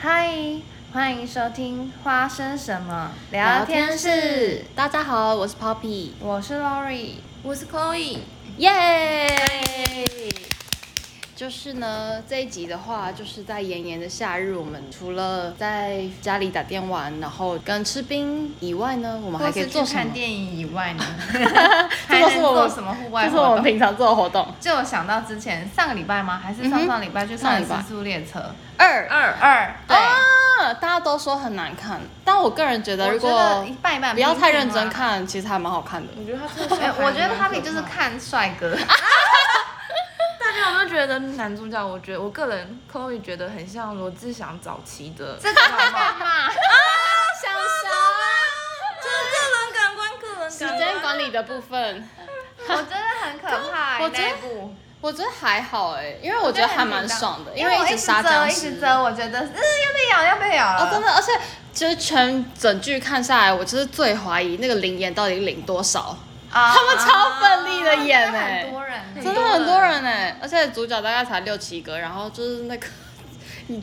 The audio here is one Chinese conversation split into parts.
嗨，欢迎收听《花生什么聊天室》，大家好，我是 Poppy，我是 Lori。我是 Chloe，耶、就是呢，这一集的话，就是在炎炎的夏日，我们除了在家里打电玩，然后跟吃冰以外呢，我们还可以做或是去什么看？电影以外呢， 这还能都是我做们什么户这外是我活们动？平常做的活动。就我想到之前上个礼拜吗？还是上上礼拜去看了上礼拜《时速列车二》二二？对，啊，大家都说很难看，但我个人觉得，我如觉得果一半一半，不要太认真。看，其实还蛮好看的。我觉得他这哎，我觉得 Happy 就是看帅 哥，大家有没有觉得男主角？我觉得我个人 Chloe 觉得很像罗志祥早期的，这个好干嘛？想啥？个人感官，个人感时间管理的部分，我觉得很可怕， 我觉得那一部我觉得还好哎、因为我觉得还蛮爽的，因为我直一杀折僵一尸。直折，我觉得嗯要被咬要被咬哦，真了。的，而且就是全整剧看下来，我就是最怀疑那个灵眼到底领多少，他他们超奋力的演哎、很多人欸，真的很多人哎、而且主角大概才六七个，然后就是那个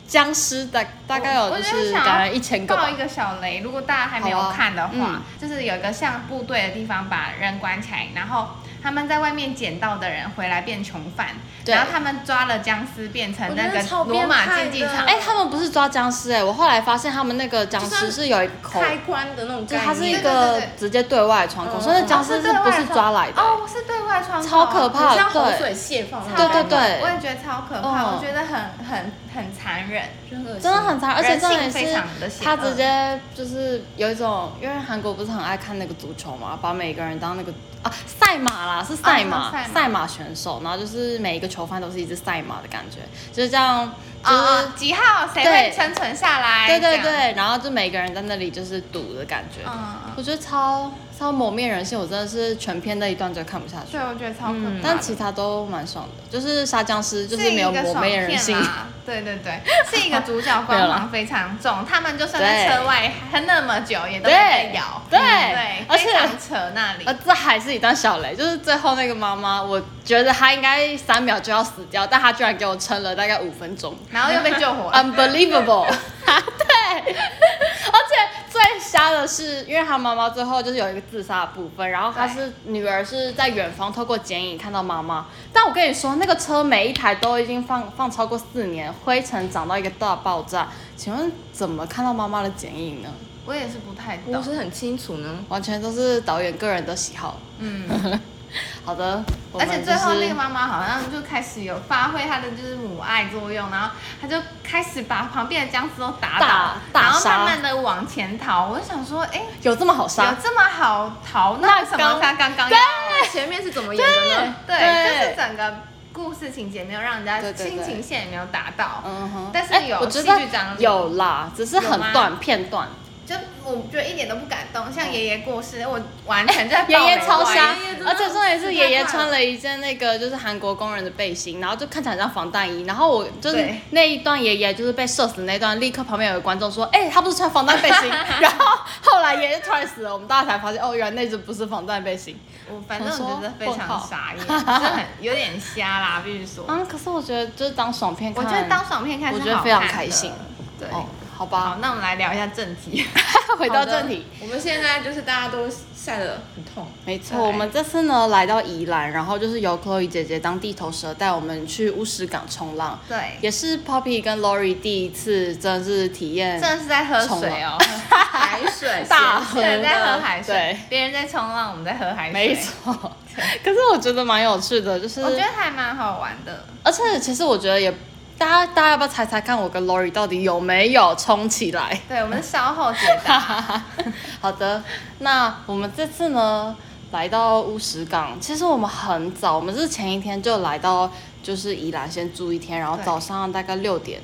僵尸大大概有我就觉得是想感要觉一千个爆吧一，个小雷，如果大家还没有好啊看的话，嗯嗯就是有一个像部队的地方把人关起来，然后他们在外面捡到的人回来变囚犯，对然后他们抓了僵尸变成那我觉个得超罗变马态竞技的场。哎、他们不是抓僵尸哎、我后来发现他们那个僵尸是有一口，开关的那种就是概它是一念，个对对对直接对外窗口，嗯所以那僵哦尸对是外不是窗抓来的？哦，是对外窗口，超可怕很像对洪水泄放那对种对感觉，对我也觉得超可怕，嗯我觉得很很很残忍，真的真的很残忍，而且人重性点非是常的邪他恶。直接就是有一种，因为韩国不是很爱看那个足球嘛，把每个人当那个啊赛马啦，是赛马、哦赛马赛马选手，然后就是每一个囚犯都是一只赛马的感觉，就是这样，就是、啊、哦，几号谁对会生存下来？对对这样，对，然后就每个人在那里就是赌的感觉，嗯，我觉得超超磨灭人性，我真的是全片那一段就看不下去对，，我觉得超可怕的。嗯但其他都蛮爽的，就是杀僵尸就是没有一个磨爽灭片人性，啦。对对对， 是一个主角光芒非常 重，他们就算在车外那么久，也都没被咬。嗯对对，而且非常扯那里啊，。这还是一段小雷，就是最后那个妈妈，我觉得她应该三秒就要死掉，但她居然给我撑了大概五分钟然后又被救 活了， ，unbelievable！啊对， 而且最瞎的是，因为她妈妈最后就是有一个自杀的部分，然后她对是女儿是在远方透过剪影看到妈妈，但我跟你说，那个车每一台都已经放放超过四年，灰尘长到一个大爆炸，请问怎么看到妈妈的剪影呢？我也是不太不懂。是很清楚呢。完全都是导演个人的喜好。嗯， 好的，我而们且就最是后那个妈妈好像就开始有发挥她的就是母爱作用，然后她就开始把旁边的僵尸都打倒打，打然后杀慢慢的往前逃。我就想说，哎，有这么好有杀？这么好逃？那为什么她刚刚要前面是怎么演的 呢？对，对就是整个故事情节没有让人家对对对亲情线也没有达到，嗯哼但是哎有我知戏道剧张力有啦，只是有吗很短片段。就我觉得一点都不感动。像爷爷过世，我完全就在嗯 爷爷超香瞎爷爷真，的而且重点是是爷爷太快穿了一件那个就是韩国工人的背心，然后就看起来很像防弹衣。然后我就是对那一段爷爷就是被射死那段，立刻旁边有个观众说：“哎、他不是穿防弹背心。” 然后后来爷爷突然死了，我们大家才发现哦，原来那只不是防弹背心。我反正我想说觉得非问常号傻眼，就是很有点瞎啦，必须说。啊，可是我觉得就是当爽片我看，觉得当爽片看是我觉得好非常看的开心。对，哦，好好吧，，那我们来聊一下正 题。回到正题。我们现在就是大家都晒得很痛，没错，对我们这次呢来到宜兰，然后就是由 Chloe 姐姐当地头蛇带我们去乌石港冲浪，对，也是 Poppy 跟 Lori 第一次真的是体验真的是在喝冲水哦浪，海水大咸河对，在喝海水对，别人在冲浪，我们在喝海水。没，错。可是我觉得蛮有趣的，就是我觉得还蛮好玩的。而且其实我觉得也，大家大家要不要猜猜看，我跟 Lori 到底有没有冲起来？对，我们稍后解答。 好的，那我们这次呢来到乌石港，其实我们很早，我们是前一天就来到，就是宜兰先住一天，然后对早上大概六点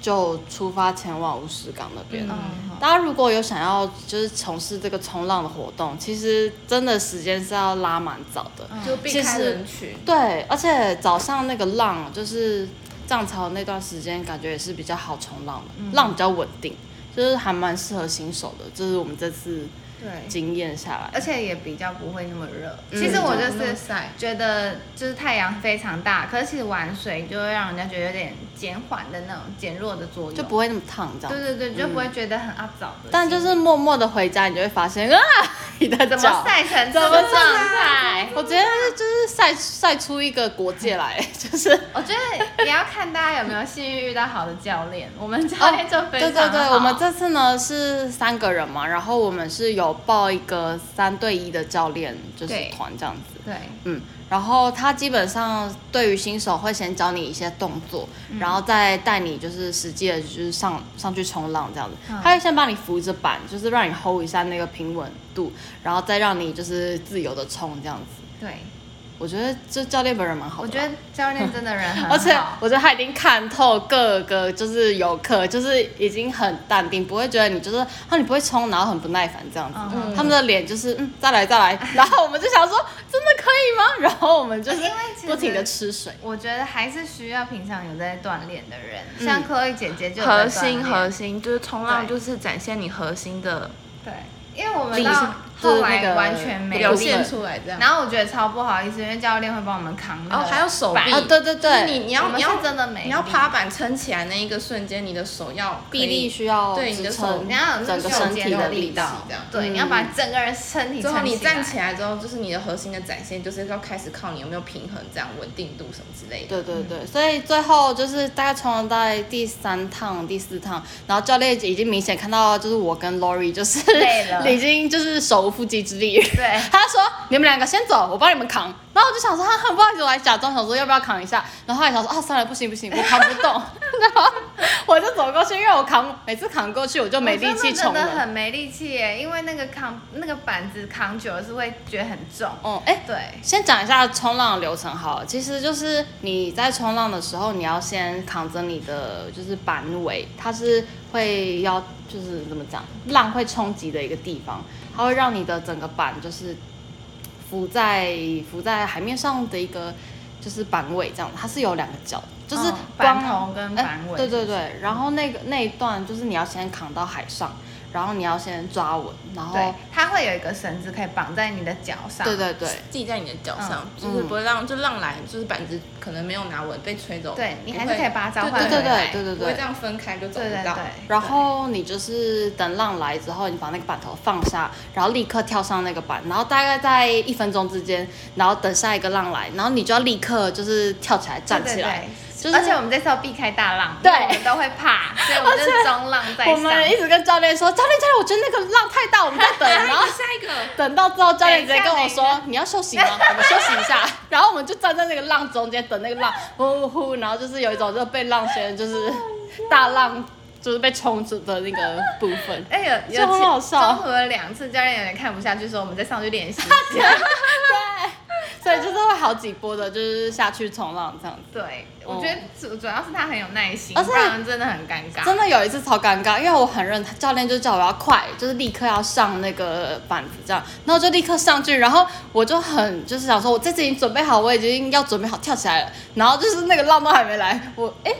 就出发前往乌石港那边。嗯，大家如果有想要就是从事这个冲浪的活动，其实真的时间是要拉蛮早的。嗯就避开人群。对，而且早上那个浪就是涨潮那段时间，感觉也是比嗯较好冲浪的，浪比较稳定，就是还蛮适合新手的。这、是我们这次对经验下来。而且也比较不会那么热。嗯其实我就不那么是晒觉得就是太阳非常大，可是其实玩水就会让人家觉得有点减缓的那种减弱的作用，就不会那么烫，这样。对对对，就不会觉得很阿早的。但就是默默的回家，你就会发现啊， 你的怎脚么晒成怎这么个晒状态？我觉得就是晒晒出一个国界来， 就是我觉得也要看大家有没有幸运遇到好的教练。我们教练就非对常对对，好我们这次呢是三个人嘛，然后我们是有报一个三对一的教练就是对团这样子，对嗯，然后他基本上对于新手会先教你一些动作，然后再带你就是实际的就是上上去冲浪这样子，嗯他会先帮你扶着板，就是让你 hold 一下那个平稳度，然后再让你就是自由的冲这样子。对，我觉得这教练本人蛮好我的啦，觉得教练真的人很好，而且我觉得他已经看透各个就是游客，就是已经很淡定，不会觉得你就是啊你不会冲，然后很不耐烦这样子。嗯他们的脸就是嗯再来再来，然后我们就想说真的可以吗？ 然后我们就是因为其实不停的吃水。我觉得还是需要平常有在锻炼的人，嗯像科 o 姐姐就有在核锻心炼核心就是冲浪，对就是展现你核心的对，因为我们理性到后就是那来个完全没表有部现分出来，这样然后我觉得超不好意思，因为教练会帮我们扛那个哦还有手臂啊板对对就是对，你你我要们你是要真的没你要力趴板撑起来那一个瞬间，你的手要可以臂力需要对你的支手撑你要有整个身体肌肉的力力道道。嗯这样对，你要把整个人身体之后撑你站起来。来之后，就是你的核心的展现，就是要开始靠你有没有平衡、这样稳定度什么之类的。对对对，所以最后就是大概冲了大概第三趟、第四趟，然后教练已经明显看到，就是我跟 Lori 就是累了 已经就是手无缚鸡之力。对他说你们两个先走，我帮你们扛。然后我就想说，他很不好意思，我还假装想说要不要扛一下，然后他也想说啊，算了，不行不行，我扛不动。 然后我就走过去，因为我扛每次扛过去我就没力气哦我真冲的真的了很。没力气耶，因为那个扛那个板子扛久了是会觉得很重。哦，哎、对，先讲一下冲浪的流程好了，其实就是你在冲浪的时候，你要先扛着你的就是板尾，它是会要就是怎么讲，浪会冲击的一个地方，它会让你的整个板就是浮在浮在海面上的一个就是板尾这样，它是有两个角，就是嗯光、板头跟板尾哎对对对，然后那个那一段就是你要先扛到海上，然后你要先抓稳，然后对，它会有一个绳子可以绑在你的脚上。哦对对对。系在你的脚上，就是不会让就浪来，就是板子可能没有拿稳被吹走，对你不还会是可以把它召对唤对回来。对对对不会这样分开就走对对不到。对然后你就是等浪来之后，你把那个板头放下，然后立刻跳上那个板，然后大概在一分钟之间，然后等下一个浪来，然后你就要立刻就是跳起来站起来。。对对对就是而且我们这次要避开大浪，对因为我们都会怕，所以我们就是中浪在上。我们一直跟教练说，教练教练，我觉得那个浪太大，我们在等。然后下一个等到之后，教练直接跟我等一说，你要休息吗？我们休息一下。然后我们就站在那个浪中间等那个浪呼呼呼，然后就是有一种就被浪掀，就是大浪就是被冲着的那个部分。哎有有就很好笑综合了两次，教练有点看不下去，说我们再上去练 习。所以就是会好几波的，就是下去冲浪这样子。对，哦我觉得主主要是他很有耐心，而且不然真的很尴尬。真的有一次超尴尬，因为我很认教练就叫我要快，就是立刻要上那个板子这样，然后就立刻上去，然后我就很就是想说，我这次已经准备好，我已经要准备好跳起来了，然后就是那个浪都还没来，我哎、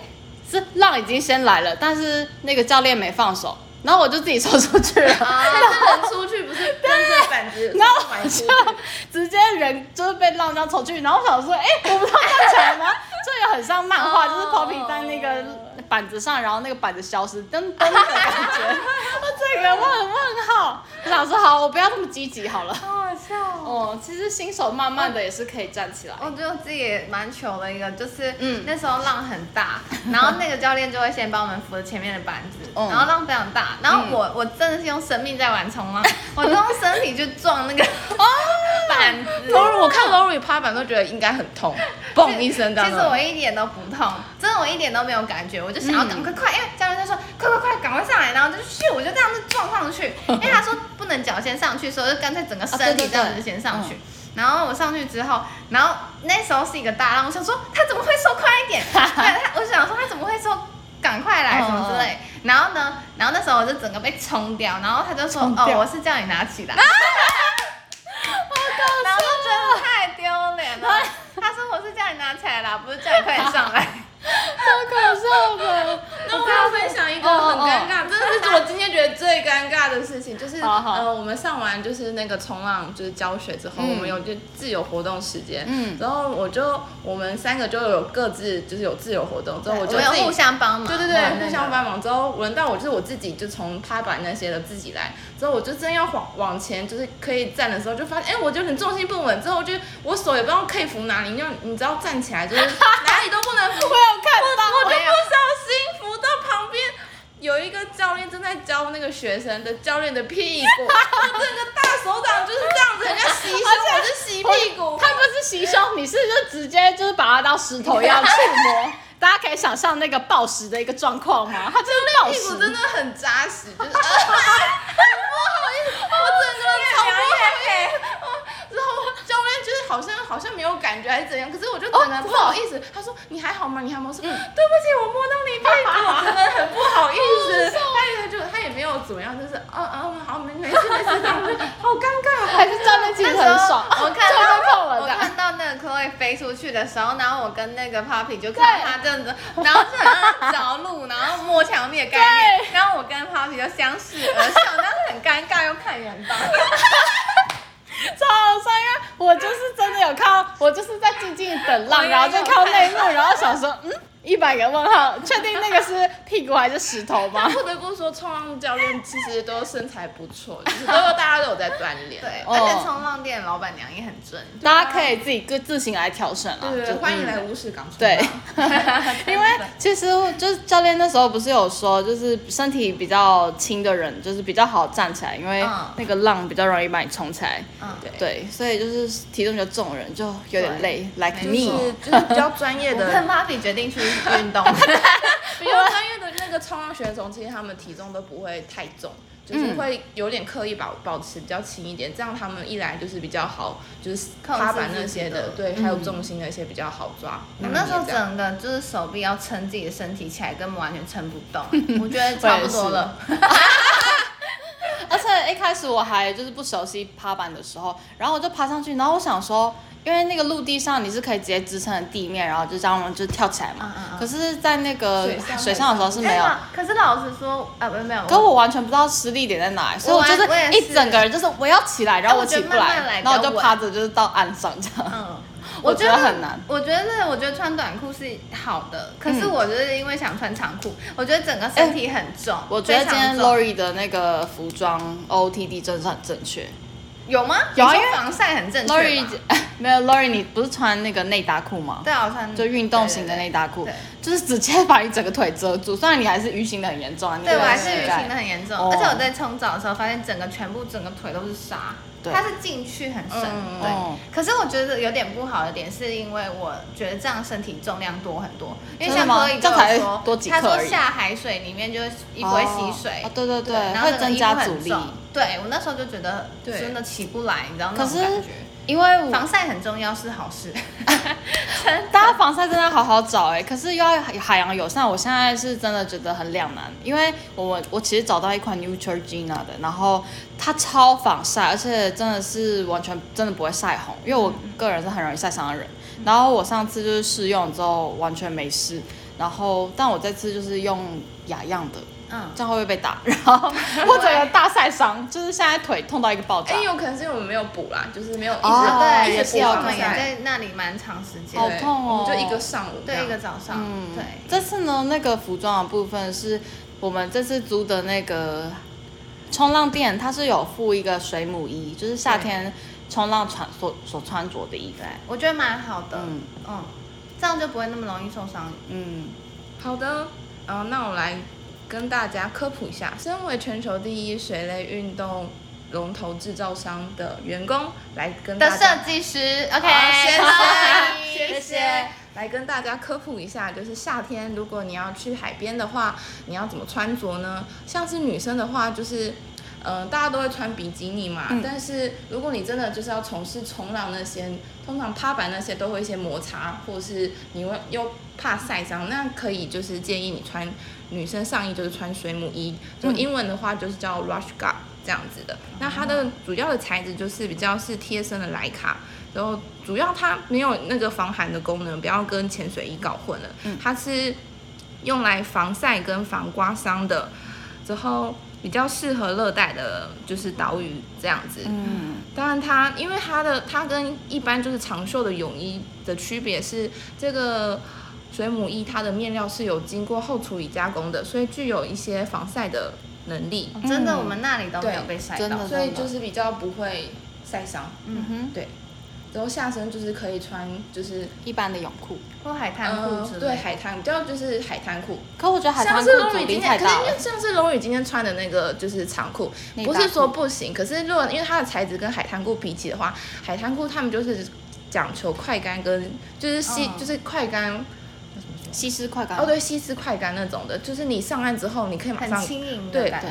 是浪已经先来了，但是那个教练没放手，然后我就自己 冲出去了。啊 人出去不是跟着板子， 然后玩出去直接人就是被浪这样冲去，然后我想说，哎、我不知道站起来吗？这也很像漫画，就是 Poppy 在那个板子上，然后那个板子消失，噔噔的感觉。我这个我很问号，我想说好，我不要这么积极好了。好好笑哦。哦，其实新手慢慢的也是可以站起来。我觉得我自己也蛮糗的一个，就是嗯那时候浪很大， 然后那个教练就会先帮我们扶着前面的板子，嗯然后浪非常大，然后我、我真的是用生命在玩 冲浪，我就用身体去撞那个 板子， Lori，我看 Lori 趴板都觉得应该很 痛，嘣一声这样其实子。我一点都不痛，真的我一点都没有感觉，我就想要赶快快，哎因为教练就说快快快，赶快上来，然后我就去，我就这样子撞上去，因为他说不能脚先上去，所以我就干脆整个身体这样子先上去。然后我上去之后，然后那时候是一个大浪，我想说他怎么会说快一点？对他，我想说他怎么会说赶快来什么之类。然后呢，然后那时候我就整个被冲掉，然后他就说哦，我是叫你拿起啊来。 然后就觉得太丢脸了。他说我是叫你拿起来啦，不是叫你快点上来。太搞笑了！ 那我要分享一哦个很尴尬，真的是我今天觉得最尴尬的事情，就是好好呃，我们上完就是那个冲浪就是教学之后，嗯我们有就自由活动时间，嗯然后我就我们三个就有各自就是有自由活动，之后我 我就们有自己互相帮忙，对对然后那对，个互相帮忙之后，轮到我就是我自己，就从拍板那些的自己来。之后我就真要往往前，就是可以站的时候，就发现哎、我就很重心不稳。之后就我手也不知道可以扶哪里，就你知道站 起来就是哪里都不能扶，我有看到，就不小心扶到旁边。有一个教练正在教那个学生的教练的屁股， 我整个大手掌就是这样子，人家洗胸，我就洗屁 股。他不是袭胸，你是就直接就是把它当石头一样触摸。大家可以想象那个暴食的一个状况吗？他就是暴屁股真食，的很扎实，就是、 呃、很不好意思，我整个人超不好意思。然后教练就是好像好像没有感觉还是怎样，可是我就整个人不好意思。他说你还好吗？你还好吗？我说、对不起，我摸到你屁股，真的很不好意思。他也就他也没有怎么样，就是嗯嗯好没没事没事这样，我就好尴尬。还是教练其实啊那时候很爽，我看就到被碰了我这样。看到那个 Chloe 飞出去的时候，然后我跟那个 Poppy 就看他这样子，然后就好像着陆，然后摸墙壁的概念，然后我跟 Poppy 就相视而笑，但是很尴尬又看远方。超好笑，因为我就是真的有看到，我就是在静静等浪，我也然后就看到有那一看 幕，然后想说，嗯，一百个问号，确定那个是屁股还是石头 吗？不得不说，冲浪教练其实都身材不错，就是都有大家都有在锻炼。对，哦而且冲浪店的老板娘也很正。大家可以自己各自行来调整啊。对就对，欢迎嗯来乌市港冲浪。对，因为其实就是教练那时候不是有说，就是身体比较轻的人，就是比较好站起来，因为嗯那个浪比较容易把你冲起来。嗯，对对，所以就是体重比较重的人就有点累，like 没就 me。是就是比较专业 我的看 Poppy 决定去运 动，比较专业的那个冲浪选手，其实他们体重都不会太重，嗯就是会有点刻意保保持比较轻一点，这样他们一来就是比较好，就是控制踏板那自己些的的，对，还有重心那些比较好抓。我那时候这样整个就是手臂要撑自己的身体起来，根本完全撑不 动。我觉得差不多了，而且一开始我还就是不熟悉趴板的时候，然后我就爬上去，然后我想说，因为那个陆地上你是可以直接支撑着地面，然后就这样就跳起来嘛。嗯嗯嗯可是，在那个水上水上的时候是没有哎。呀可是老实说，啊，没有没有，可我完全不知道施力点在哪，所以我就我也是是一整个人就是我要起来，然后哎我觉起得不慢慢来然后我比就较稳趴着就是到岸上这样。嗯，我觉觉得得很难。我觉得，我觉得穿短裤是好的，可是嗯哎我就是因为想穿长裤，我觉得整个身体很重。我觉得非今常天重 Lori 的那个服装 OOTD 真的是很正确。有吗？有你说啊因为防晒很正确吧 Lori 没有 Lori，你不是穿那个内搭裤吗？对啊，我穿就运动型的内搭裤对对，就是直接把你整个腿遮住。虽然你还是淤青的很严重啊，你对对对我还是膝淤盖青的很严重，哦而且我在冲澡的时候发现整个全部整个腿都是沙，对它是进去很深，嗯对。哦可是我觉得有点不好的点，是因为我觉得这样身体重量多很多，因为真的像吗可以跟这我样才说，多几他克说而已下海水里面就是衣服会吸水，哦对对对，然后会那个增衣加服阻很力重。。对我那时候就觉得对真的起不来，你知道那可种是感觉。因为我防晒很重要是好事，大家防晒真的好好找哎、可是又要海洋友善，我现在是真的觉得很两难，因为我我其实找到一款 Neutrogena 的，然后它超防晒，而且真的是完全真的不会晒红，因为我个人是很容易晒伤的人。然后我上次就是试用之后完全没事，然后但我这次就是用雅漾的，嗯，这样会不会被打？然后 我整个大晒伤，就是现在腿痛到一个爆炸哎，，有可能是因为我们没有补啦，就是没有一直哦对，一也直是补因为我有防们也晒，在那里蛮长时间好的，对痛哦嗯我们就一个上午这样，对，一个早上，对，这次呢，那个服装的部分是我们这次租的那个冲浪店，它是有附一个水母衣，就是夏天冲浪穿所所穿着的衣服。我觉得蛮好的，嗯嗯，这样就不会那么容易受伤。嗯，好的，呃，那我来跟大家科普一下，身为全球第一水类运动龙头制造商的员工，来跟的大家设计师，OK，好 谢谢谢，谢谢谢。。来跟大家科普一下，就是夏天如果你要去海边的话，你要怎么穿着呢？像是女生的话，就是，呃，大家都会穿比基尼嘛。嗯但是如果你真的就是要从事冲浪那些，通常趴板那些都会一些摩擦，或是你会又怕晒伤，那可以就是建议你穿女生上衣就是穿水母衣，就英文的话就是叫 rush guard 这样子的。那它的主要的材质就是比较是贴身的莱卡，然后主要它没有那个防寒的功能，不要跟潜水衣搞混了。它是用来防晒跟防刮伤的，之后比较适合热带的，就是岛屿这样子。嗯，当然它，因为它的它跟一般就是长袖的泳衣的区别是，这个水母衣它的面料是有经过后处理加工的，所以具有一些防晒的能力，真的，嗯我们那里都没有被晒真到的。所以就是比较不会晒伤。嗯哼，对，然后下身就是可以穿就是一般的泳裤。或海滩裤呃之类的。对海滩比较就是海滩裤，可我觉得海像滩是裤龙阻宇力今太天，可是大因了为。像是龙宇今天穿的那个就是长裤，内搭不裤哎是说不行，可是如果因为它的材质跟海滩裤比起的话，海滩裤他们就是讲求快干跟就是吸、嗯就是快干吸湿快感。哦对吸湿快干那种的，就是你上岸之后你可以马很上轻盈的对感觉。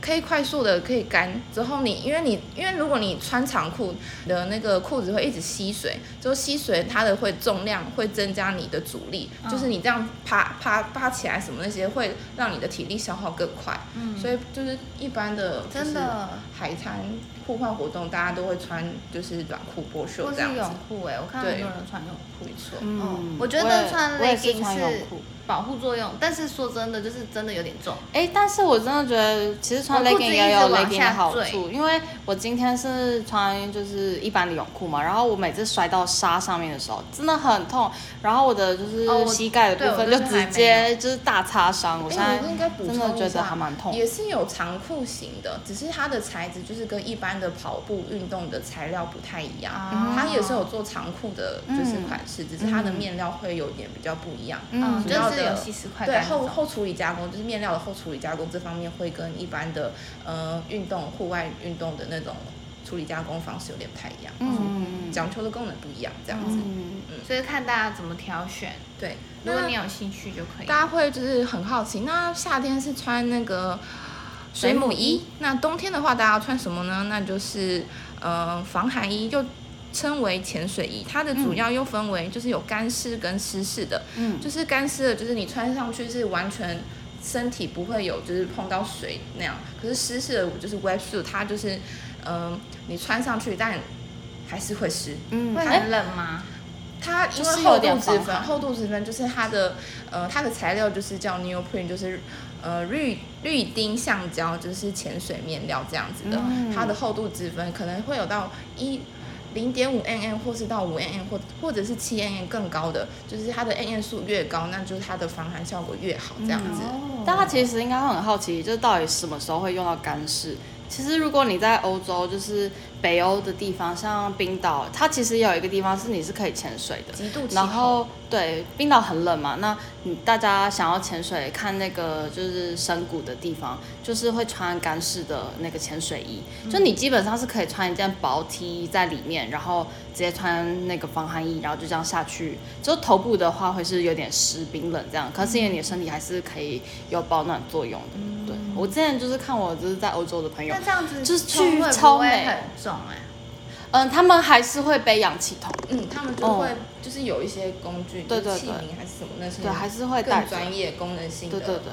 可以快速的可以干，之后你因为你因为如果你穿长裤你的那个裤子会一直吸水，就吸水它的会重量会增加你的阻力，嗯就是你这样趴趴趴起来什么那些会让你的体力消耗更快，嗯所以就是一般的就是真的，海滩户外活动大家都会穿就是短裤波袖或这是样子泳，裤哎，我看到很对多人穿泳裤。没错，嗯嗯，我觉得穿我也是 legging 穿是泳裤。保护作用，但是说真的，就是真的有点重。哎、但是我真的觉得，其实穿我裤子 legging 一直也有往 legging 的下好坠处，因为我今天是穿就是一般的泳裤嘛，然后我每次摔到沙上面的时候真的很痛，然后我的就哦是我膝盖的部对分我就就是直还没接就是大擦伤，我现哎在我应该补真的充一觉得下还蛮痛。也是有长裤型的，只是它的材质就是跟一般的跑步运动的材料不太一样。哦它嗯也是有做长裤的，就啊是嗯款式，只是它的面料会有点比较不一样。嗯，嗯，就主要是有的吸湿快对感那后种。后处理加工，就是面料的后处理加工这方面会跟一般的呃运动户外运动的那种处理加工方式有点不太一样，嗯，讲求的功能不一样，这样子。嗯，所以看大家怎么挑选，对，如果那你有兴趣就可以。大家会就是很好奇，那夏天是穿那个水水母母衣衣，那冬天的话大家要穿什么呢？那就是呃防寒衣，又称为潜水衣。它的主要又分为就是有干式跟湿式的，嗯就是干湿的，就是你穿上去是完全。身体不会有就是碰到水那样，可是湿式的就是 wetsuit，它就是，嗯、你穿上去但还是会湿，嗯，会哎很冷吗？它就因为是有厚度点之防分，寒厚度之分就是它的呃它的材料就是叫 neoprene，就是呃绿绿丁橡胶，就是潜水面料这样子的。嗯它的厚度之分可能会有到一零点五 mm 或是到五 mm 或或者是七 mm 更高的，就是它的 mm 数越高，那就是它的防寒效果越好这样子。大家其实应该会很好奇，就是到底什么时候会用到干式。其实如果你在欧洲，就是北欧的地方，像冰岛，它其实也有一个地方是你是可以潜水的。极度气然候后对，冰岛很冷嘛，那你大家想要潜水看那个就是深谷的地方，就是会穿干式的那个潜水衣，就你基本上是可以穿一件薄 T 在里面，然后直接穿那个防寒衣，然后就这样下去。就头部的话会是有点湿冰冷这样，可是因为你的身体还是可以有保暖作用的。对我之前就是看我就是在欧洲的朋友那，这样子就是冲去会不超会美很重啊？嗯，他们还是会背氧气筒，嗯，他们就哦会就是有一些工具，对就对是器对皿还是什么那些，对，还是会带更着。专业功能性的。对对对。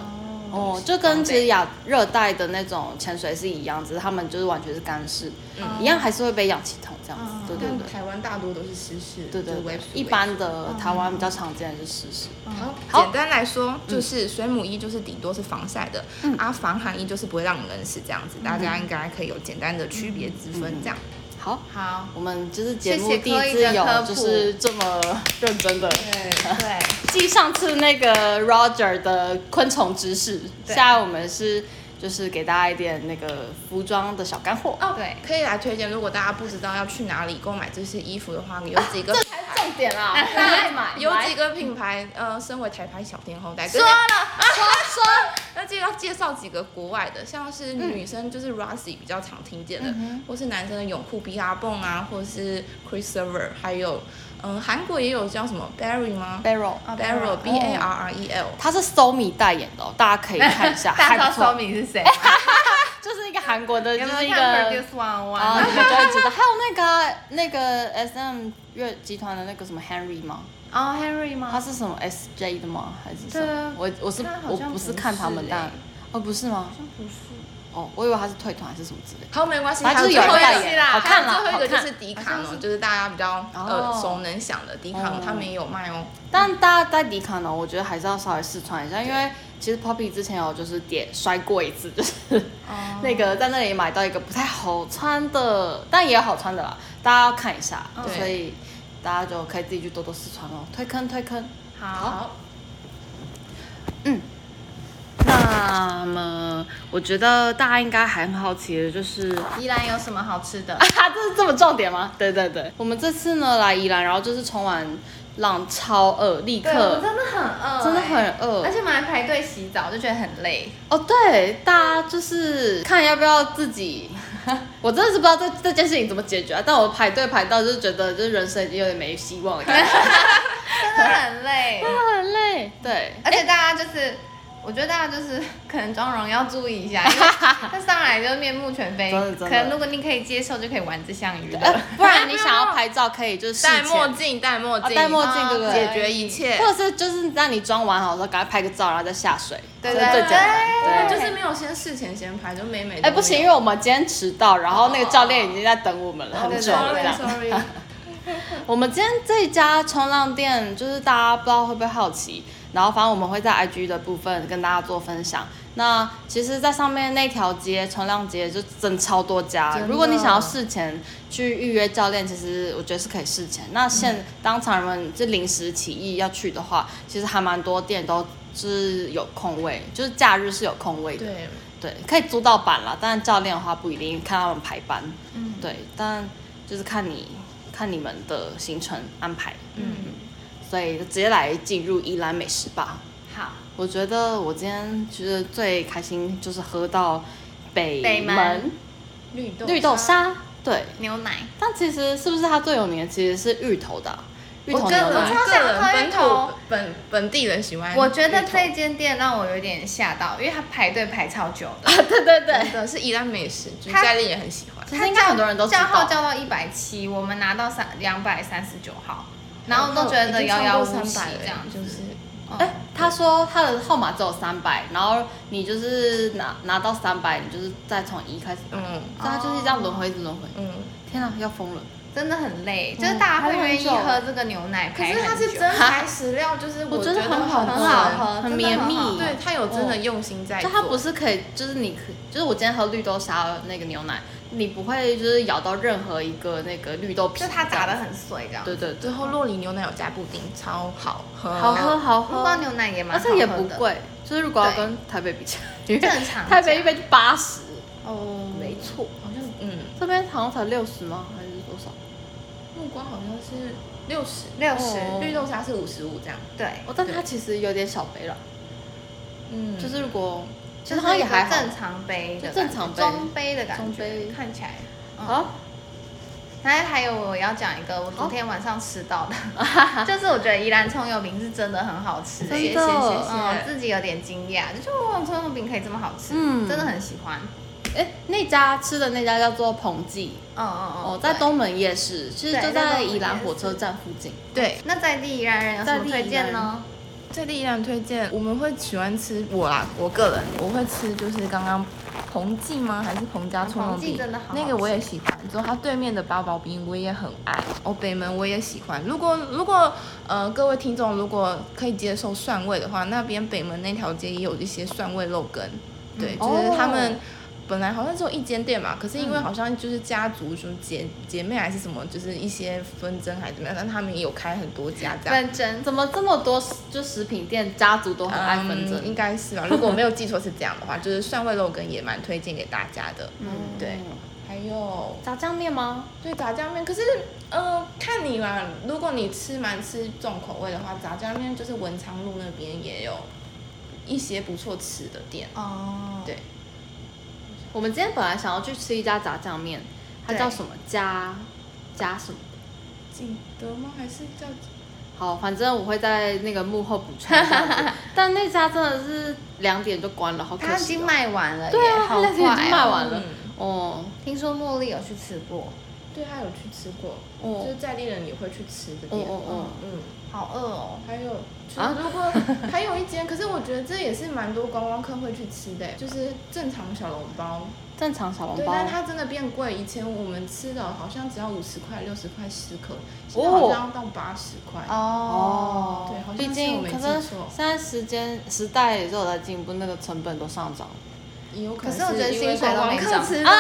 哦，哦，就跟其实亚热带的那种潜水是一样，只是他们就是完全是干式，嗯一样还是会被氧气筒这样子嗯。对对但对，台湾大多都是湿式，对就对是 wave 对 to，wave 一。般的嗯台湾比较常见的是湿式。好，好嗯简单来说就是水母衣就是顶多是防晒的，啊，防寒衣就是不会让你冷死这嗯样子，大家应该可以有简单的区别之分这样。好，好，我们就是节目谢谢第一 Chloe 的次有科普就是这么认真的，对，继上次那个 Roger 的昆虫知识，对现在我们是就是给大家一点那个服装的小干货。哦对可以来推荐，如果大家不知道要去哪里购买这些衣服的话，有几 个才是重点啦，大家爱买有来几个品牌，呃，身为台牌小天后来跟说了， 说那就要介绍几个国外的，像是女生就是嗯 Rossi 比较常听见的，或是男生的泳裤 B R 泵啊，或是 Chris Server，还有嗯韩国也有叫什么 Barry 吗 b a r r e l 哦？Barrel B A R R E L，他是 Somi 代言的、哦，大家可以看一下， 哦大家还知道不错说，明是谁吗？就是一个韩国 的，就有没是一有个看啊 Produce One 哦 One？你们就会知道。还有那个啊那个 S M 乐集团的那个什么 Henry 吗？哦，Henry 他吗？是什么 S J 的吗？还是什对啊么？我我是他好我像不是不看他是们，但欸哦不是吗？好像不是，哦，我以为他是退团还是什么之类的。好，没关系，反还正有就是最有人后一代个，言，好还看有啦，最后一个就好看是迪卡侬，就是大家比较耳哦熟能详的迪卡侬，他们也有卖哦。但大家在迪卡侬，我觉得还是要稍微试穿一下，因为其实 Poppy 之前有就是跌摔过一次，就是 那个在那里买到一个不太好穿的，但也有好穿的啦，大家要看一下，对所以大家就可以自己去多多试穿哦，推坑推坑。好，那么我觉得大家应该还很好奇的就是， 宜兰有什么好吃的？啊，这是这么重点吗？对对对，我们这次呢来宜兰，然后就是冲完浪超饿，立对，我刻真的很饿，欸真的很饿而且我们还排队洗澡，就觉得很累。哦，对，大家就是看要不要自己，我真的是不知道这这件事情怎么解决、啊，但我排队排到就是觉得就是人生已经有点没希望了，感觉真的很累， 很累，对。而且大家就是，我觉得大家就是可能妆容要注意一下， 因为他上来就面目全非。真的真的可能如果你可以接受，就可以玩这项娱呃乐。，不然你想要拍照可以就是事戴前墨镜，戴墨啊镜，戴墨镜啊对不对？解决一切。或者是就是让你妆完好之后，赶快拍个照，然后再下水，对这是最对简单。对就是没有先事前先拍，就美美。哎，不行，因，为我们今天迟到，然后那个教练已经在等我们了，很对久了这样。 sorry， 我们今天这一家冲浪店，就是大家不知道会不会好奇，然后反正我们会在 IG 的部分跟大家做分享。那其实，在上面那条街冲浪街就真超多家真，的如果你想要事前去预约教练，其实我觉得是可以事前。嗯那现、当场人们就临时起意要去的话，其实还蛮多店都是有空位，就是假日是有空位的。对，对，可以租到板啦，但教练的话不一定看他们排班，嗯，对，但就是看你看你们的行程安排，嗯，所以就直接来进入宜兰美食吧。好，我觉得我今天觉得最开心就是喝到北北门绿豆绿豆沙，对，牛奶，但其实是不是它最有名的其实是芋头的啊、芋头牛我个人我奶超想个人喝芋本头土本本地人喜欢芋头，我觉得这间店让我有点吓到，因为它排队排超久的，啊对对对，真的是宜兰美食，就是它家里也很喜欢。其实应该很多人都知叫号道，叫到一百七，我们拿到三两百三十九号，然哦后都觉已得经遥超遥过无期300了这样子，就是哎、他说他的号码只有三百，然后你就是拿拿到三百，你就是再从一开始，嗯，嗯他就是这样轮回，一直轮回。嗯，天哪，要疯了！真的很累，嗯就是大家会愿意喝这个牛奶可排很是久。它是真材实料，就是 我觉觉得很好好喝，好喝很真的很绵好密。喝对，它有真的用心在就做，它不是可以，就是你可，就是我今天喝绿豆沙那个牛奶，你不会就是咬到任何一个那个绿豆皮，就它打的，很碎这样。对对对，最后洛梨牛奶有加布丁，超好喝，好喝好木瓜喝，牛奶也蛮而好喝的，且也不贵，就是如果要对跟台北比起来，因为正常价。台北一杯就八十，哦，没错，好像嗯，这边好像才六十吗？还是多少？木瓜好像是六十，六十哦绿豆沙是五十五这样，对，哦，但它其实有点小杯了，嗯，就是如果其实就好是像一也个还好。正常杯的感觉，就正常杯中杯的感觉，中杯看起来。好，然后还有我要讲一个，我昨天晚上吃到的， 就是我觉得宜兰葱油饼是真的很好吃，哦真的哦谢谢谢谢谢嗯，自己有点惊讶，就觉得哇，葱油饼可以这么好吃，嗯真的很喜欢。哎，那家吃的那家叫做彭记嗯嗯嗯，哦，在对。东门夜市，其实对就在东在门宜兰夜火车市站附近。对，那在地宜兰人有什在么地推宜荐兰呢？这第一样推荐，我们会喜欢吃我啦，我个人我会吃就是刚刚彭记吗？还是彭家葱油彭记饼？真的好好吃那个我也喜欢。之后它对面的八宝冰我也很爱，哦北门我也喜欢。如果如果呃各位听众如果可以接受蒜味的话，那边北门那条街也有一些蒜味肉羹，对，嗯就是他哦们。本来好像只有一间店嘛，可是因为好像就是家族什么姐姐妹还是什么，就是一些纷争还是怎么样，但他们也有开很多家这样。认真怎么这么多就食品店家族都很爱纷嗯应争？该是吧。如果我没有记错是这样的话，就是蒜味肉羹也蛮推荐给大家的。嗯，对。还有炸酱面吗？对炸酱面，可是呃看你啦，如果你吃蛮吃重口味的话，炸酱面就是文昌路那边也有一些不错吃的店。哦，对，我们今天本来想要去吃一家炸酱面，它对叫什么？加加什么？景德吗？还是叫好，反正我会在那个幕后补充 一下。但那家真的是两点就关了，好可惜、哦。它已经卖完了耶，对啊，好它快两点已经卖哦。完了。嗯哦，听说茉莉有去吃过，对他有去吃过，哦就是在地人也会去吃的哦店。哦哦，嗯，好饿哦。还有，啊如果还有一间，可是我觉得这也是蛮多观光客会去吃的，就是正常小笼包。正常小笼对，包但它真的变贵。以前我们吃的好像只要五十块、六十块十颗，现在哦好像要到八十块。哦，对，好毕像是我竟没可记是错，现在时间时代也是有在进步，那个成本都上涨了。 也有可可能是我觉得因为薪水观都光没客涨 吃啊。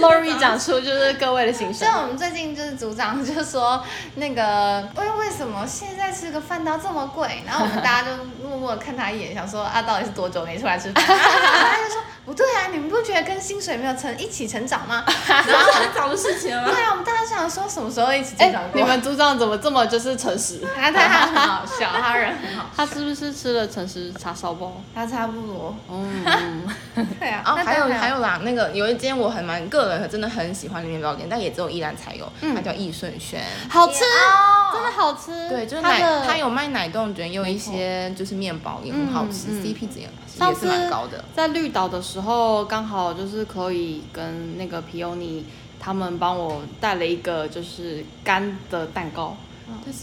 Lori 讲出就是各位的心所声以。我们最近就是组长就说那个，为为什么现在吃个饭都这么贵？然后我们大家就默默地看他一眼，想说啊，到底是多久没出来吃饭？然后他就说不对啊，你们不觉得跟薪水没有成一起成长吗？然后很早的事情了吗对啊，我们大家想说什么时候一起哎、成长过？你们组长怎么这么就是诚实？他他很好笑，他人很好，他是不是吃了诚实叉烧包？他差不多。嗯，对啊， 哦，那还有当然还有啦，那个有一间我很蛮个人真的很喜欢的面包店，但也只有宜兰才有，它叫益顺轩。好吃，哦真的好吃。对，就是它奶，的它有卖奶冻卷，也有一些就是面包也很好吃嗯嗯，CP 值也也上是次蛮高的。在绿岛的时候，刚好就是可以跟那个皮尤尼他们帮我带了一个就是干的蛋糕、嗯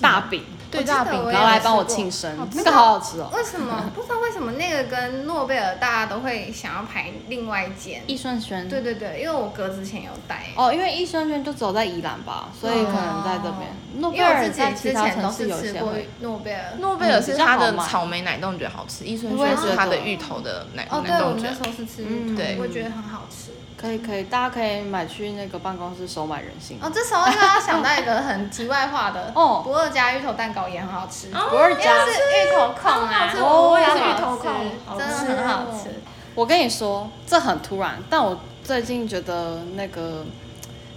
大饼，对我记得大饼我也干然后来吃帮我过庆生好，吃那个好好吃哦。为什么不知道为什么那个跟诺贝尔大家都会想要排另外一间？易顺轩，对对对，因为我哥之前有带，哦，因为益生轩就只有在宜兰吧，所以可能在这边。诺哦因贝为我尔自在己其之他前城都市是有吃些过会。诺贝尔。诺贝尔嗯是比较好它的买草莓奶冻卷好吃，益顺我也轩觉是它得的芋头的奶哦，对，奶我们冻那卷时。候是吃嗯芋头，对我觉得很好吃。可以可以，大家可以买去那个办公室收买人心。哦，这时候就要想到一个很题外话的，哦不二家芋头蛋糕也很好吃，不二因为家是，芋头控啊，吃我也是超好芋头吃控好真的吃很好哦吃。 我跟你说，这很突然，但我最近觉得那个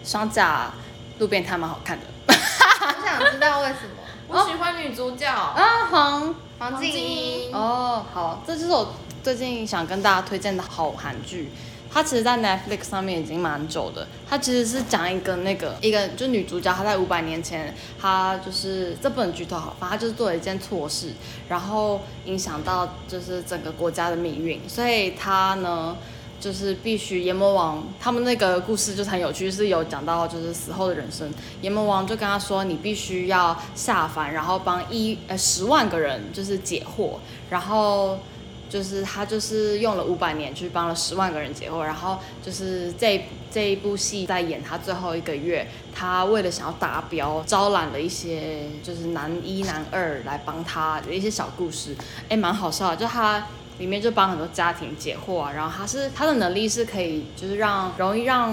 双甲路边摊蛮好看的。我想知道为什么我喜欢女主角，啊，红黄黄静静怡怡哦，好，这就是我最近想跟大家推荐的好韩剧。它其实，在 Netflix 上面已经蛮久的。它其实是讲一个那个一个，就女主角她在五百年前，她就是这不能剧透好，反正她就是做了一件错事，然后影响到就是整个国家的命运，所以她呢。就是必须阎魔王，他们那个故事就是很有趣，是有讲到就是死后的人生。阎魔王就跟他说，你必须要下凡，然后帮一呃十万个人就是解惑，然后就是他就是用了五百年去帮了十万个人解惑，然后就是这一这一部戏在演他最后一个月，他为了想要达标，招揽了一些就是男一男二来帮他的一些小故事，哎，蛮好笑的，就他。里面就帮很多家庭解惑啊，然后他是他的能力是可以，就是让容易让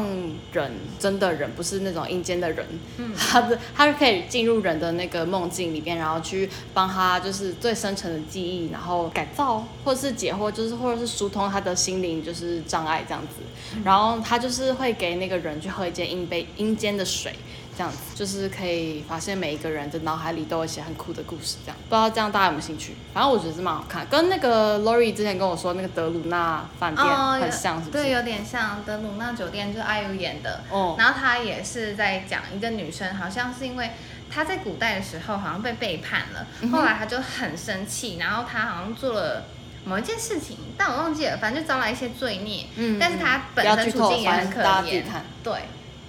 人真的人，不是那种阴间的人， 他的他是可以进入人的那个梦境里边，然后去帮他就是最深层的记忆，然后改造或者是解惑，就是或者是疏通他的心灵就是障碍这样嗯子。然后他就是会给那个人去喝一件阴杯阴间的水，这样子就是可以发现每一个人的脑海里都有一些很酷的故事，这样不知道这样大家有没有兴趣？反正我觉得是蛮好看，跟那个 Lori 之前跟我说那个德鲁纳饭店哦，很有像，是不对，是？有点像《德鲁纳酒店》，就是艾优演的。哦然后她也是在讲一个女生，好像是因为她在古代的时候好像被背叛了，嗯后来她就很生气，然后她好像做了。某一件事情，但我忘记了，反正就招来一些罪孽。嗯但是她不本要身剧处透境，也反很正可大家自己怜。看。对，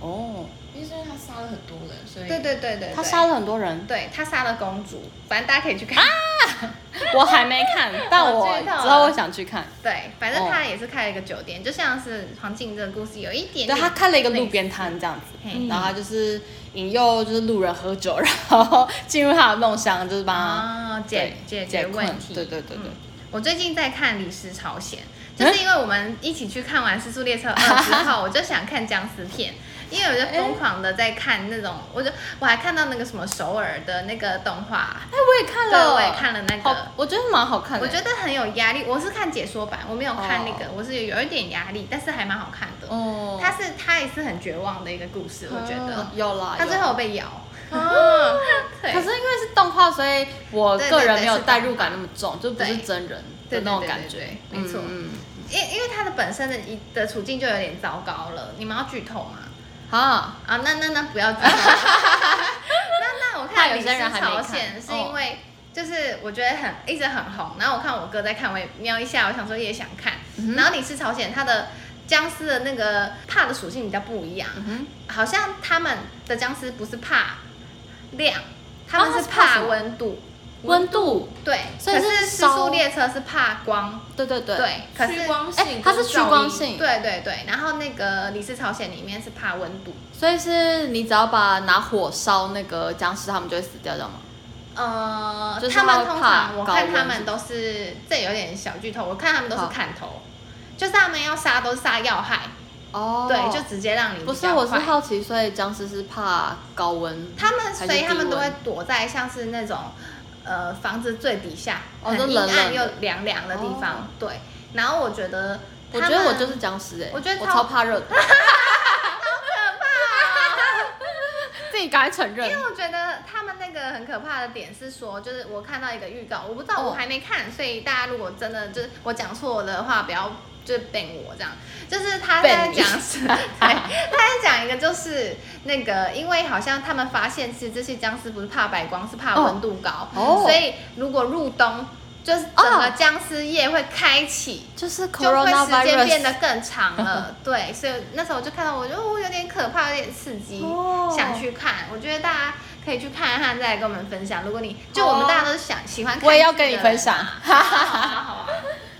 哦，因为他杀了很多人，所以对对对对，他对杀，了很啊多人。对她杀了公主，反正大家可以去看。 我还没看，但我我知道了之后我想去看。对，反正她也是开了一个酒店，就像是黄静这个故事有一点对点。嗯他开了一个路边摊这样子，嘿然后他就是引诱就是路人喝酒， 然后进入他的梦乡，就是帮他哦，解解对解决困问题。对对对对嗯，我最近在看《李氏朝鲜》，嗯就是因为我们一起去看完《失速列车二》 之后，我就想看僵尸片。因为我就疯狂的在看那种，我就我还看到那个什么首尔的那个动画，哎，我也看对，了，我也看了那好个，，我觉得蛮好看的。我觉得很有压力。我是看解说版，我没有看那哦个，我是有一点压力，但是还蛮好看的。哦，它是它也是很绝望的一个故事，我觉得。有啦，它最有啦后被咬，啊， 对可，哦是因为是动画，所以我对对个人对没有是代动入感画那么重，就不是对真人的对对那种对感对觉对。没错嗯嗯因因为它的本身的一的处境就有点糟糕了，你们要剧透吗？嗯好，啊，那那那不要剧 透。那那我怕看《有李些人还氏没朝看鲜》是哦因为就是我觉得很嗯一直很红，然后我看我哥在看，我也瞄一下，我想说也想看。然后《李氏朝鲜》它的僵尸的那个怕的属性比较不一样，嗯好像他们的僵尸不是怕亮，他哦们它是是怕什怕么温度。温度，对，所以可是是失烧速列车是怕光，对对对，对，可是趋光性哎跟，它是趋噪光音，性，对对对，然后那个《李氏朝鲜》里面是怕温度，所以是你只要把拿火烧那个僵尸，他们就会死掉，这样吗？呃就，是他他们会通怕常我高看温他是们都是，这有点小剧透，我看他们都是好砍头，就是他们要杀都是杀要害，哦，对，就直接让你不比是，较我是快好奇，所以僵尸是怕高温，他们，还所是以他低们都温会躲在像是那种呃房子最底下，哦很就阴冷冷暗又的凉凉的地方，哦对。然后我觉得我他觉们，得我就是僵尸哎、我觉得我超超怕热 的，好可啊怕、自己赶快承认因为我觉得他们那个很可怕的点是说，就是我看到一个预告，我不知道哦我还没看，所以大家如果真的就是我讲错的话，不要就是 ban 我这样。就是他在你讲，对，他在讲一个就是那个，因为好像他们发现其实这些僵尸不是怕白光，是怕哦温度高，哦所以如果入冬，就是整个僵尸夜会开启。就是就会时间 coronavirus 变得更长 了，对，所以那时候我就看到，我觉得哦有点可怕，有点刺激，哦想去看。我觉得大家可以去看一看，再来跟我们分享。如果你就我们大家都是想、喜欢看，我也要跟你分。享。好啊好啊好 啊！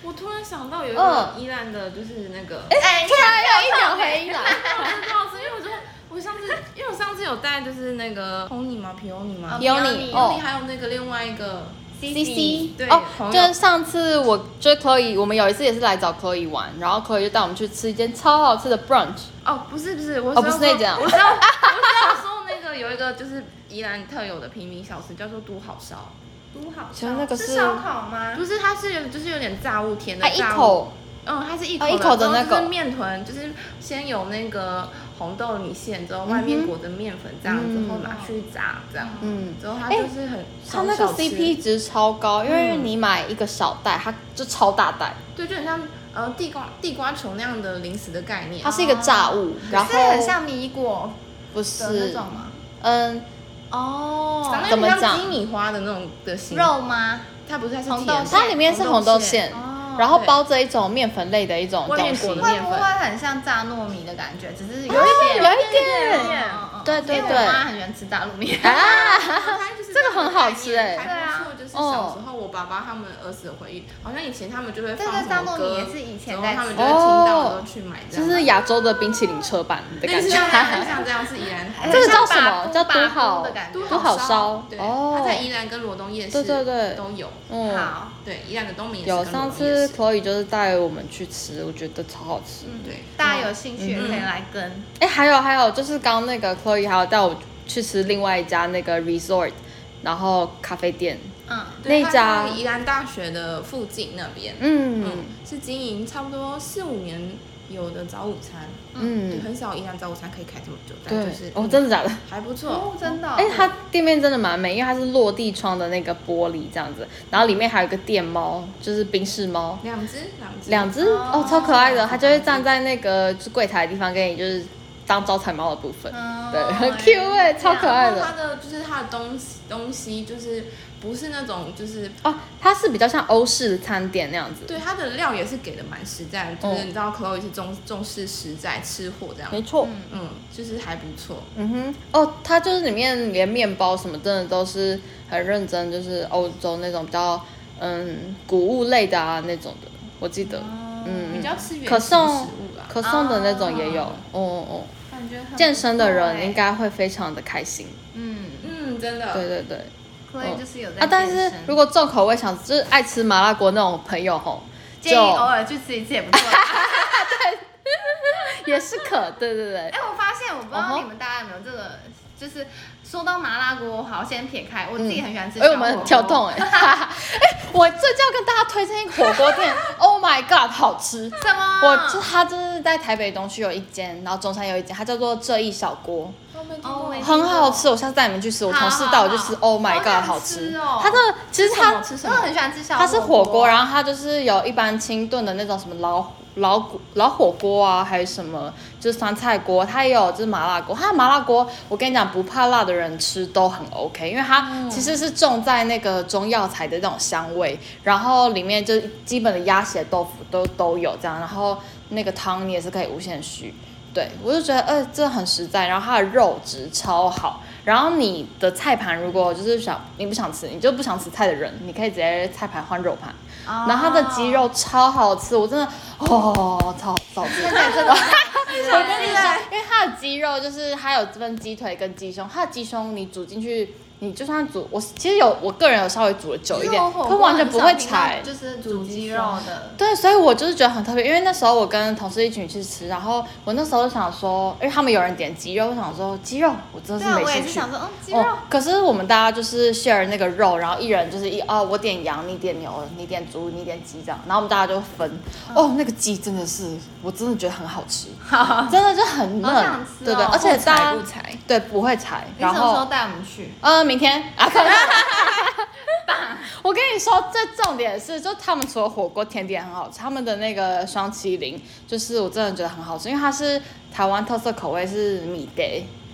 我突然想到有嗯一个伊兰的，就是那个，哎、你看啊有一秒回忆了， 我知道是因为我就我上次，因为我上次有带就是那个 Pony 嘛，Peony 嘛哦有有你你，Peony 哦。还有那个另外一个 C C 对哦，朋友就是上次我就是 Chloe，我们有一次也是来找 Chloe 玩，然后 Chloe 就带我们去吃一间超好吃的 brunch，哦，不是不是，我哦不是要说那家我知道，我知道说那个有一个就是宜兰特有的平民小吃叫做都好烧，读好烧，请问那个是是烧烤吗？不是它是有就是有点炸物甜的哎还一炸物，口嗯，它是一哦口一口的那然后就个是面团，就是先有那个红豆米线，之后外面裹着面粉这样子，嗯然后拿去炸这样，嗯，之后它哎就是很它小那个小吃 CP 值超高，因为嗯你买一个小袋，它就超大袋，对，就很像呃地瓜地瓜球那样的零食的概念它，是一个炸物，哦然后是很像米果不的那是，种吗？嗯，哦，长得怎有么点讲像鸡米花的那种的形，肉吗？它不是它是红甜豆的馅它里面是红豆馅，哦然后对包着一种面粉类的一种外东面西裹，的会面不粉会很像炸糯米的感觉？只是有有一一点，点嗯嗯嗯对对因为对我妈很喜欢吃炸糯米。 啊，这 这个很好吃哎还不错。就是小哦时候我爸爸他们儿时的回忆，好像以前他们就会这放个什沙么糯米歌，也是以前然后在他们吃就会听到都去买这哦就样。是亚洲的冰淇淋车版的类感似觉像。这样，像这样是 宜兰，哎这个叫像什把么布叫把都布好的感觉都好烧对，哦它在宜兰跟罗东夜市， 对对对都有。嗯，好，对，宜兰的东明也有是跟罗上东夜次市 Chloe 就是带我们去吃，我觉得超好吃。嗯对大家有兴趣也可以来跟。哎，还有还有，就是刚刚那个 Chloe 还有带我去吃另外一家那个 resort，然后咖啡店，嗯，对那家它在宜兰大学的附近那边，嗯嗯，是经营差不多四五年有的早午餐，对，嗯，很少宜兰早午餐可以开这么久，但对就是，哦，嗯真的假的？还不错哦，，真的哦，哎、它店面真的蛮美，因为它是落地窗的那个玻璃这样子，然后里面还有一个电猫，就是冰室猫，两只，两只，两只哦超可爱的，它就会站在那个就是柜台的地方给你就是当招财猫的部分，嗯对，很 Q 哎、超可爱然后它的的就是它的东西东西就是不是那种就是哦，它是比较像欧式的餐点那样子，对它的料也是给的蛮实在的，就是嗯你知道 Chloe 是重重视实在吃货这样，没错，嗯嗯，就是还不错。嗯哼，哦，它就是里面连面包什么真的都是很认真，就是欧洲那种比较嗯谷物类的啊那种的，我记得，嗯，比较吃原可形食颂啊物啦，可颂的那种也有，哦哦哦。感觉很不错欸健身的人应哎，该会非常的开心，嗯，嗯，真的，对对对。所以就是有在啊，但是健身如果重口味想就是爱吃麻辣锅那种朋友吼，就建议哦偶尔去吃一次也不错。 也是可，对对对哎，。我发现我不知嗯道哼你们大家有没有这个，就是说到麻辣锅，好先撇开， 我自己很喜欢吃。哎，我们跳 动。哎， 哎，我这就要跟大家推荐一个火锅店 ，Oh my God，好吃！什么？我就它就是在台北东区有一间，然后中山有一间，它叫做这一小锅，哦没听哦过没很好吃。我下次带你们去吃，我好同事带我去好吃好，Oh my 好想 God，好吃吃哦！它的其实什它么吃什我么？很喜欢吃小。它是火锅，然后它就是有一般清炖的那种什么老虎老古老火锅啊，还有什么就是酸菜锅，它也有就是麻辣锅。它的麻辣锅，我跟你讲，不怕辣的人吃都很 OK，因为它其实是重在那个中药材的那种香味，然后里面就是基本的鸭血豆腐都都有这样，然后那个汤你也是可以无限续。对，我就觉得，呃，这很实在，然后它的肉质超好。然后你的菜盘如果就是想你不想吃，你就不想吃菜的人，你可以直接菜盘换肉盘。啊然后它的鸡肉超好吃，我真的哦，超好吃。现在真的，我跟你说，因为它的鸡肉就是它有分鸡腿跟鸡胸，它的鸡胸你煮进去，你就算煮，我其实有我个人有稍微煮的久一点，可完全不会柴。就是煮鸡肉的。对，所以我就是觉得很特别，因为那时候我跟同事一起去吃，然后我那时候就想说，哎因为他们有人点鸡肉，我想说鸡肉我真对的是啊，没我也兴是趣。想说，嗯，鸡哦肉，可是我们大家就是 share 那个肉，然后一人就是一哦，我点羊，你点牛，你点猪，你点鸡这样，然后我们大家就分。嗯哦，那个鸡真的是，我真的觉得很好 吃，真的就很嫩，好想吃哦对对，而且大家不踩，对不会踩，你然什么时后候带我们去？呃，明天啊，可能 我跟你说，这重点是，就他们除了火锅、甜点很好吃，他们的那个双麒麟，就是我真的觉得很好吃，因为它是台湾特色口味，是米德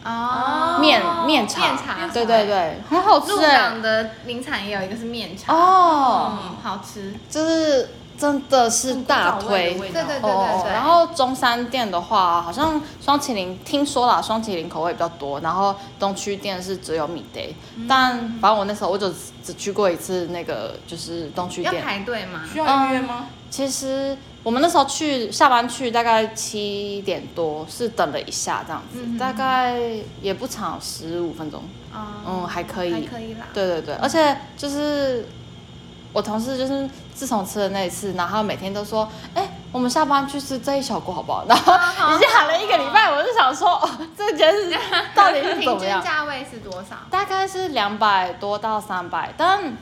哦面面茶，面茶，对对。对，很好吃鹿哎港。的名产也有一个是面茶，哦，嗯，好吃。就是真的是大推。对对对对哦，对。然后中山店的话，好像双麒麟听说啦，双麒麟口味比较多，然后东区店是只有米德，嗯但反正我那时候我就只去过一次那个就是东区要店，排队吗？需要预约吗？其实我们那时候去下班去大概七点多，是等了一下这样子，嗯大概也不长，十五分钟，哦，嗯，还可以，还可以啦。对对对，而且就是我同事就是自从吃了那一次，然后他每天都说，哎、我们下班去吃这一小锅好不 好？然后已经喊了一个礼拜，我就想说，哦，这件事到底是怎 平么均样？价位是多少？大概是两百多到三百，但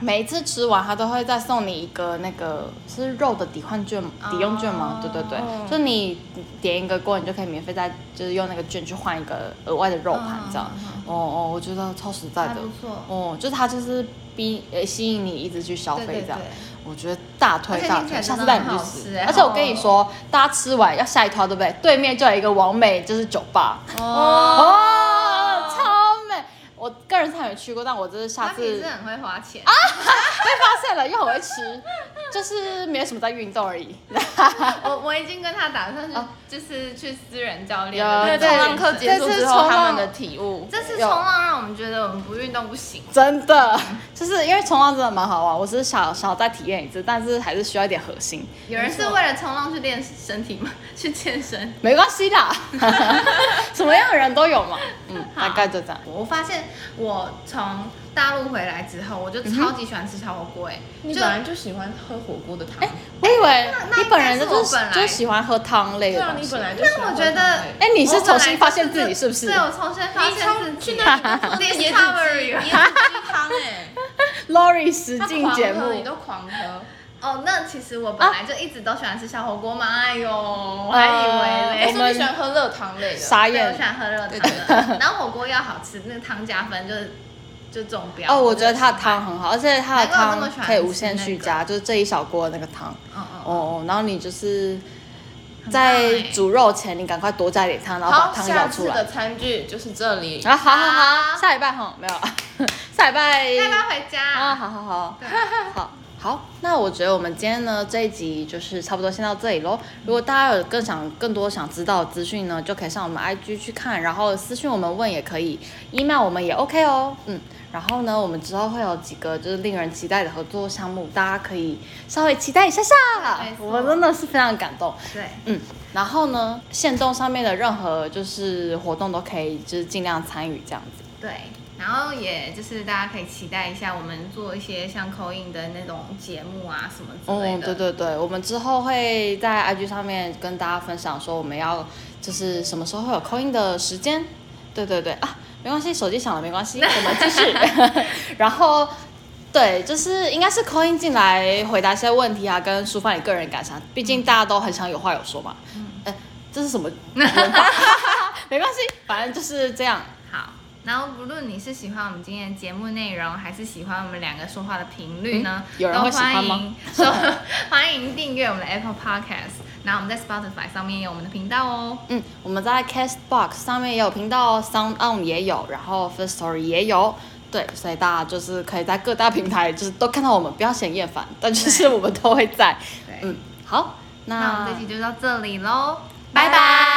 每一次吃完，他都会再送你一个那个是肉的抵换券、抵用券哦吗？对对对，就你点一个锅，你就可以免费再就是用那个券去换一个额外的肉盘这样。哦哦，我觉得超实在嗯还的不。错。哦，就是他就是逼呃吸引你一直去消对费对这样，对。我觉得大推而且大听起推，来下次真的带你很去好吃吃。欸而且我跟你说，大家吃完要下一套，对不对？对面就有一个完美，就是酒吧，哦哦，超美。我个人是还没去过，但我就是下他平次哎时很会花钱，发现了，又很会吃， 就是没有什么在运动而已。我我已经跟他打算是就是去私人教练哦有的那对种对冲浪课人生结束这次之冲后，浪他们的体悟，这次冲浪让我们觉得我们不运动不行，真的，就是因为冲浪真的蛮好玩，我只是想想再体验一次，但是还是需要一点核心，有人是为了冲浪去练身体吗？去健身？没关系啦，什么样的人都有嘛，嗯，大概就这样。我发现我从大陆回来之后，我嗯就超级喜欢吃炒火锅、哎、你就本来就哎喜欢喝火锅的汤，我以为那你本人就那应该是是我本来就喜欢喝汤类对的啊，东你西。本来就喜但欢我喝觉汤得欸，哎、你是重新发现自己是不是？对，我重新发你超现自去己。那里 都喝椰子 d 鸡 i v e 椰子鸡 汤哎， Lori 实境他节狂喝你目，都狂喝，哦，那其实我本来就一直都喜欢吃小火锅嘛，哎呦，我还以为我哎，嘞。们说你喜欢喝热汤类的，傻对，我眼喜。欢喝热汤的， 然后火锅要好吃，那个汤加分就是就中标。哦，我觉得就它的汤很好，而且它的难怪我这么汤喜欢可以无限续加，就是这一小锅的那个汤。嗯哦嗯，哦，然后你就是棒在欸煮肉前，你赶快多加点汤，然后把好，汤下舀出次来的。餐具就是这里。啊，好好好，好下礼拜哈没有， 下礼拜要不要回家？啊，好好好， 好好，那我觉得我们今天呢这一集就是差不多先到这里喽。如果大家有更想更多想知道的资讯呢，就可以上我们 IG 去看，然后私讯我们问也可以，email 我们也 OK 哦。嗯，然后呢，我们之后会有几个就是令人期待的合作项目，大家可以稍微期待一下下没。错我们真的是非常感动。对，嗯，然后呢，线动上面的任何就是活动都可以，就是尽量参与这样子。对，然后也就是大家可以期待一下，我们做一些像口音的那种节目啊什么之类嗯，的。对对对，我们之后会在 IG 上面跟大家分享说我们要就是什么时候会有扣音的时间。对对对啊，没关系，手机响了没 关系，我们继续。 然后对，就是应该是扣音进来回答一些问题啊，跟抒发你个人感想，毕竟大家都很想有话有说嘛。嗯，这是什么文法？ 没关系，反正就是这样。好，然后不论你是喜欢我们今天的节目内容，还是喜欢我们两个说话的频率呢，嗯有人会喜欢吗 都欢迎说欢迎订阅我们的 Apple Podcast。然后我们在 Spotify 上面也有我们的频道哦。嗯，我们在 Castbox 上面也有频道哦，Sound On 也有，然后 First Story 也有。对，所以大家就是可以在各大平台就是都看到我们，不要嫌厌烦，但就是对我们都会在。嗯对，嗯，好，那那我们这期就到这里喽，拜拜